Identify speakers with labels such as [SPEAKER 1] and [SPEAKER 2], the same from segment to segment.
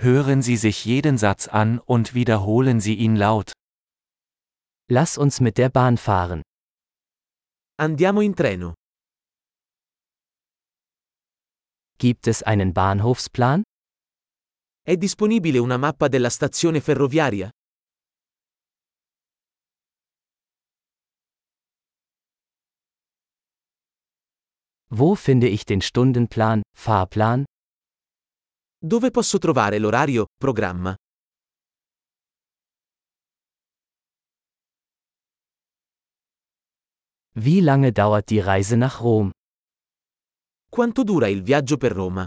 [SPEAKER 1] Hören Sie sich jeden Satz an und wiederholen Sie ihn laut.
[SPEAKER 2] Lass uns mit der Bahn fahren.
[SPEAKER 3] Andiamo in treno.
[SPEAKER 2] Gibt es einen Bahnhofsplan?
[SPEAKER 3] È disponibile una mappa della stazione ferroviaria?
[SPEAKER 2] Wo finde ich den Stundenplan, Fahrplan?
[SPEAKER 3] Dove posso trovare l'orario, programma?
[SPEAKER 2] Wie lange dauert die Reise nach Rom?
[SPEAKER 3] Quanto dura il viaggio per Roma?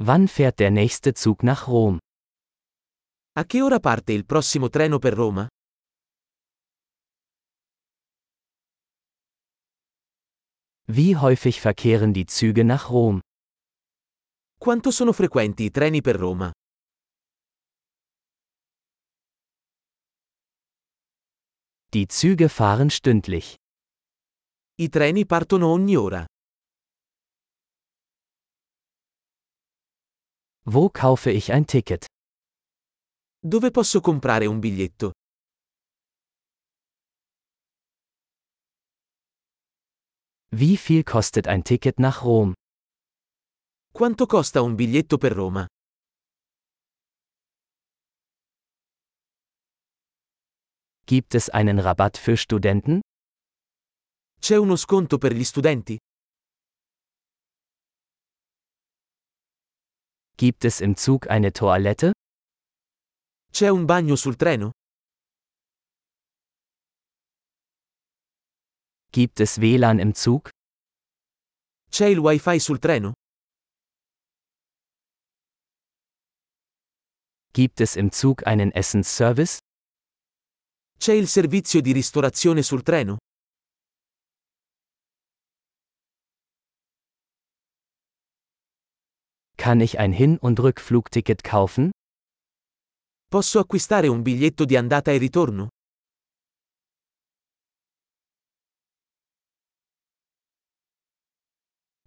[SPEAKER 2] Wann fährt der nächste Zug nach Rom?
[SPEAKER 3] A che ora parte il prossimo treno per Roma?
[SPEAKER 2] Wie häufig verkehren die Züge nach Rom?
[SPEAKER 3] Quanto sono frequenti i treni per Roma?
[SPEAKER 2] Die Züge fahren stündlich.
[SPEAKER 3] I treni partono ogni ora.
[SPEAKER 2] Wo kaufe ich ein Ticket?
[SPEAKER 3] Dove posso comprare un biglietto?
[SPEAKER 2] Wie viel kostet ein Ticket nach Rom?
[SPEAKER 3] Quanto costa un biglietto per Roma?
[SPEAKER 2] Gibt es einen Rabatt für Studenten?
[SPEAKER 3] C'è uno sconto per gli studenti?
[SPEAKER 2] Gibt es im Zug eine Toilette?
[SPEAKER 3] C'è un bagno sul treno?
[SPEAKER 2] Gibt es WLAN im Zug?
[SPEAKER 3] C'è il wifi sul treno?
[SPEAKER 2] Gibt es im Zug einen Essensservice?
[SPEAKER 3] C'è il servizio di ristorazione sul treno?
[SPEAKER 2] Kann ich ein Hin- und Rückflugticket kaufen?
[SPEAKER 3] Posso acquistare un biglietto di andata e ritorno?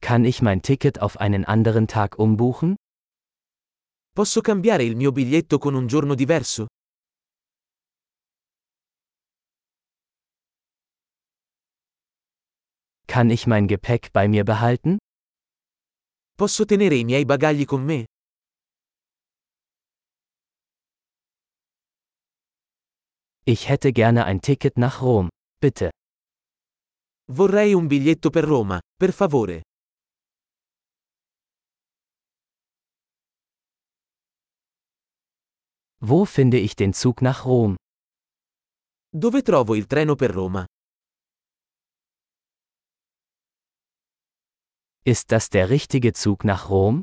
[SPEAKER 2] Kann ich mein Ticket auf einen anderen Tag umbuchen?
[SPEAKER 3] Posso cambiare il mio biglietto con un giorno diverso?
[SPEAKER 2] Kann ich mein Gepäck bei mir behalten?
[SPEAKER 3] Posso tenere i miei bagagli con me?
[SPEAKER 2] Ich hätte gerne ein Ticket nach Rom, bitte.
[SPEAKER 3] Vorrei un biglietto per Roma, per favore.
[SPEAKER 2] Wo finde ich den Zug nach Rom?
[SPEAKER 3] Dove trovo il treno per Roma?
[SPEAKER 2] Ist das der richtige Zug nach Rom?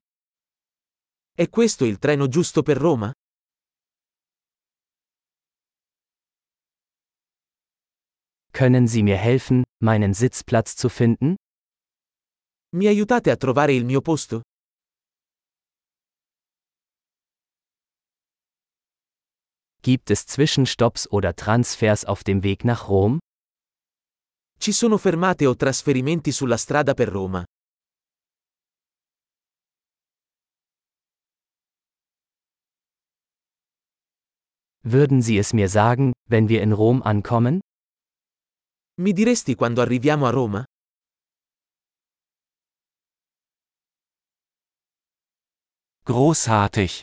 [SPEAKER 3] È questo il treno giusto per Roma?
[SPEAKER 2] Können Sie mir helfen, meinen Sitzplatz zu finden?
[SPEAKER 3] Mi aiutate a trovare il mio posto?
[SPEAKER 2] Gibt es Zwischenstopps oder Transfers auf dem Weg nach Rom?
[SPEAKER 3] Ci sono fermate o trasferimenti sulla strada per Roma?
[SPEAKER 2] Würden Sie es mir sagen, wenn wir in Rom ankommen?
[SPEAKER 3] Mi diresti quando arriviamo a Roma?
[SPEAKER 1] Großartig!